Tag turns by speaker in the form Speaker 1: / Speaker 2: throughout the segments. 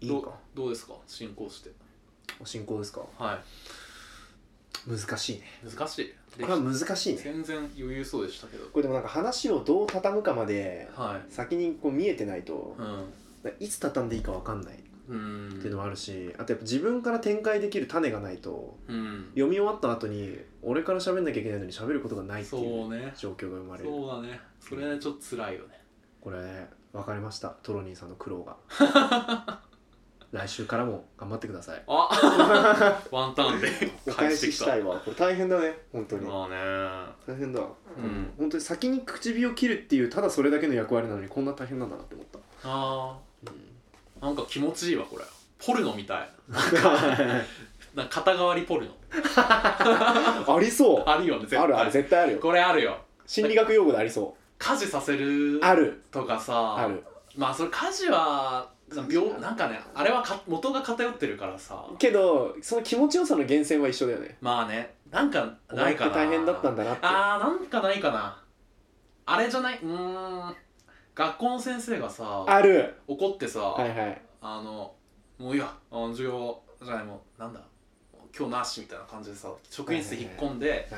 Speaker 1: い
Speaker 2: ど
Speaker 1: いうか
Speaker 2: どうですか進行して
Speaker 1: お進行ですか
Speaker 2: は
Speaker 1: 難しいね
Speaker 2: い難しい
Speaker 1: これは難しいね
Speaker 2: 全然余裕そうでしたけど
Speaker 1: これでもなんか話をどう畳むかまで
Speaker 2: はい
Speaker 1: 先にこう見えてないと
Speaker 2: うん
Speaker 1: いつ畳んでいいか分かんないっ
Speaker 2: うん
Speaker 1: ていうのもあるしあとやっぱ自分から展開できる種がないと
Speaker 2: うん
Speaker 1: 読み終わった後に俺から喋んなきゃいけないのに喋ることがないっていう
Speaker 2: そうね
Speaker 1: 状況が生まれる
Speaker 2: そうだねそれはちょっと辛いよね
Speaker 1: これね分かりましたトロニーさんの苦 労が来週からも頑張ってください
Speaker 2: あ ワンタンで
Speaker 1: お返しした
Speaker 2: い
Speaker 1: いわこれ大変だね本当に
Speaker 2: まあね
Speaker 1: 大変だ、
Speaker 2: ん
Speaker 1: 本当に先に唇を切るっていうただそれだけの役割なのにこんな大変なんだなって思った、
Speaker 2: あーなんか気持ちいいわこれポルノみたいなんか肩代わりポルノ
Speaker 1: ありそう
Speaker 2: あるよね絶対
Speaker 1: あるある絶対あるよ
Speaker 2: これあるよ
Speaker 1: 心理学用語でありそ
Speaker 2: 家事させる
Speaker 1: うある
Speaker 2: とかさ
Speaker 1: ある
Speaker 2: まあそれ家事は
Speaker 1: 家事
Speaker 2: 病なんかねあれはか元が偏ってるからさ
Speaker 1: けどその気持ちよさの源泉は一緒だよね
Speaker 2: まあねなんか
Speaker 1: お
Speaker 2: な
Speaker 1: 前っ
Speaker 2: い
Speaker 1: て
Speaker 2: かな
Speaker 1: 大変だったんだなって
Speaker 2: あーなんかないかなあれじゃないうーん学校の先生がさ
Speaker 1: ある
Speaker 2: 怒ってさ、
Speaker 1: はいはい
Speaker 2: あのもういいやあの授業じゃないもうなんだ今日なしみたいな感じでさ職員室引っ込んで、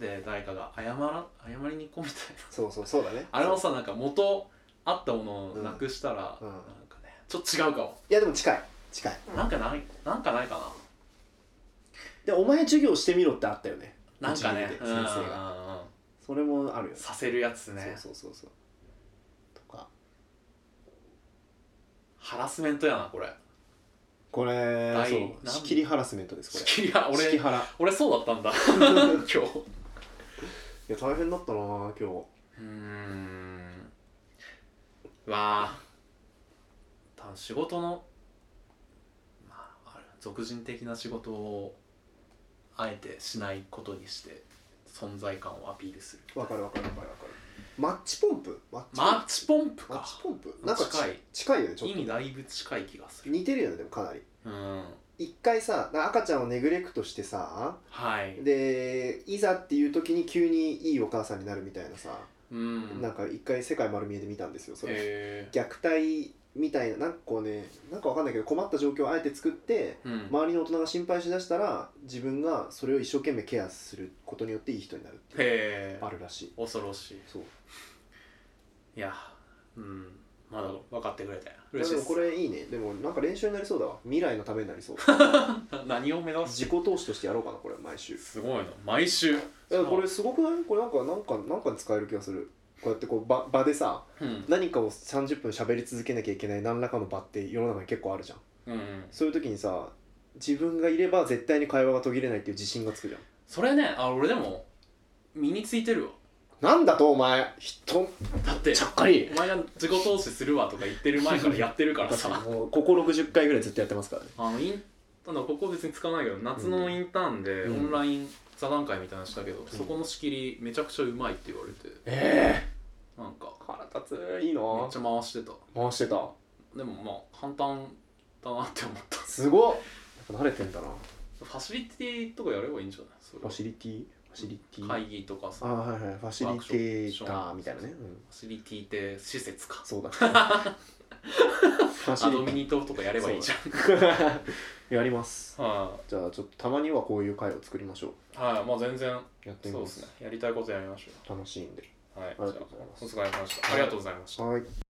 Speaker 2: で誰かが謝ら謝りに行こうみたいな
Speaker 1: そうそうそうだね
Speaker 2: あれもさなんか元あったものをなくしたら、
Speaker 1: うんうん
Speaker 2: なんかねちょっと違うかも、
Speaker 1: いやでも近い近い
Speaker 2: なんかないなんかないか
Speaker 1: でお前授業してみろってあったよね
Speaker 2: ななんかね
Speaker 1: 先生が
Speaker 2: が、うんうんうん
Speaker 1: それもあるよね
Speaker 2: させるやつね
Speaker 1: そうそうそうそうとか
Speaker 2: ハラスメントやなこれ
Speaker 1: これ
Speaker 2: 第
Speaker 1: そう
Speaker 2: 何
Speaker 1: 仕切りハラスメントですこれ
Speaker 2: いや
Speaker 1: 仕切
Speaker 2: 俺
Speaker 1: ハ ラ
Speaker 2: 俺そうだ ったんだ今日う
Speaker 1: いや大変だったな今日
Speaker 2: ーんわあ多分仕事のまああれ俗人的な仕事をあえてしないことにして存在感をアピールする
Speaker 1: わかるわかるわかるわかるマッチポンプマッチポンプ
Speaker 2: マッチポンプ
Speaker 1: マッチポンプな
Speaker 2: か
Speaker 1: んかち
Speaker 2: 近い
Speaker 1: 近いよねちょっ
Speaker 2: 意味だいぶ近い気がす
Speaker 1: と
Speaker 2: る
Speaker 1: 似てるよねでもかなり
Speaker 2: うん
Speaker 1: 一回さ赤ちゃんをネグレクトしてさ
Speaker 2: はい
Speaker 1: でいざっていう時に急にいいお母さんになるみたいなさ、
Speaker 2: うん
Speaker 1: なんか一回世界丸見えで見たんですよそれ、
Speaker 2: へ
Speaker 1: 虐待みたいななんかこうねなんかわかんないけど困った状況をあえて作って
Speaker 2: えうん
Speaker 1: 周りの大人が心配しだしたら自分がそれを一生懸命ケアすることによっていい人になるっていう
Speaker 2: へえ
Speaker 1: あるらしい
Speaker 2: 恐ろしい
Speaker 1: そう
Speaker 2: いやうんまだ分かってくれて
Speaker 1: いや
Speaker 2: 嬉しい
Speaker 1: で
Speaker 2: で
Speaker 1: も
Speaker 2: す
Speaker 1: これいいねでもなんか練習になりそうだわ未来のためになり そう
Speaker 2: な何を目指す
Speaker 1: 自己投資としてやろうかなこれ毎週
Speaker 2: すごいな毎週
Speaker 1: いやこれすごくないこれなんかなんかなんかに使える気がするこうやってこう場場でさ
Speaker 2: うん
Speaker 1: 何かを30分喋り続けなきゃいけない何らかの場って世の中に結構あるじゃん
Speaker 2: うんうん
Speaker 1: そういう時にさ自分がいれば絶対に会話が途切れないっていう自信がつくじゃん
Speaker 2: それねあ俺でも身についてるわ
Speaker 1: なんだとお前人
Speaker 2: だって
Speaker 1: ちゃっかり
Speaker 2: お前が自己投資するわとか言ってる前からやってるからさ
Speaker 1: もうここ60回ぐらいずっとやってますからね
Speaker 2: あのインあのここ別に使わないけど夏のインターンでオ
Speaker 1: うん
Speaker 2: ンライン座談会みたいなのしたけど、そこの仕切りめちゃくちゃうまいって言われて
Speaker 1: ええ
Speaker 2: なんか
Speaker 1: 腹立ついいな
Speaker 2: めっちゃ回してた
Speaker 1: 回してた
Speaker 2: でもまあ簡単だなって思った
Speaker 1: すごっやっぱ慣れてんだな
Speaker 2: ファシリティとかやればいいんじゃないそれ
Speaker 1: ファシリティファシリティ、
Speaker 2: 会議とかさ
Speaker 1: あ
Speaker 2: ファ
Speaker 1: はいはいファシリテーターみたいなね、うん、
Speaker 2: シリティって施設か
Speaker 1: そうだフ ァシ
Speaker 2: アドミ
Speaker 1: リ
Speaker 2: ニトとかやればいいじゃん
Speaker 1: やります
Speaker 2: は
Speaker 1: じゃあちょっとたまにはこういう会を作りましょ
Speaker 2: い、はい、まあ全然
Speaker 1: うやってみ
Speaker 2: そう
Speaker 1: ま
Speaker 2: ですすねやりたいことやりましょ
Speaker 1: 楽しいんで
Speaker 2: うはい
Speaker 1: ありがとうござい
Speaker 2: お疲れ様でしたありがとうございました
Speaker 1: ますはい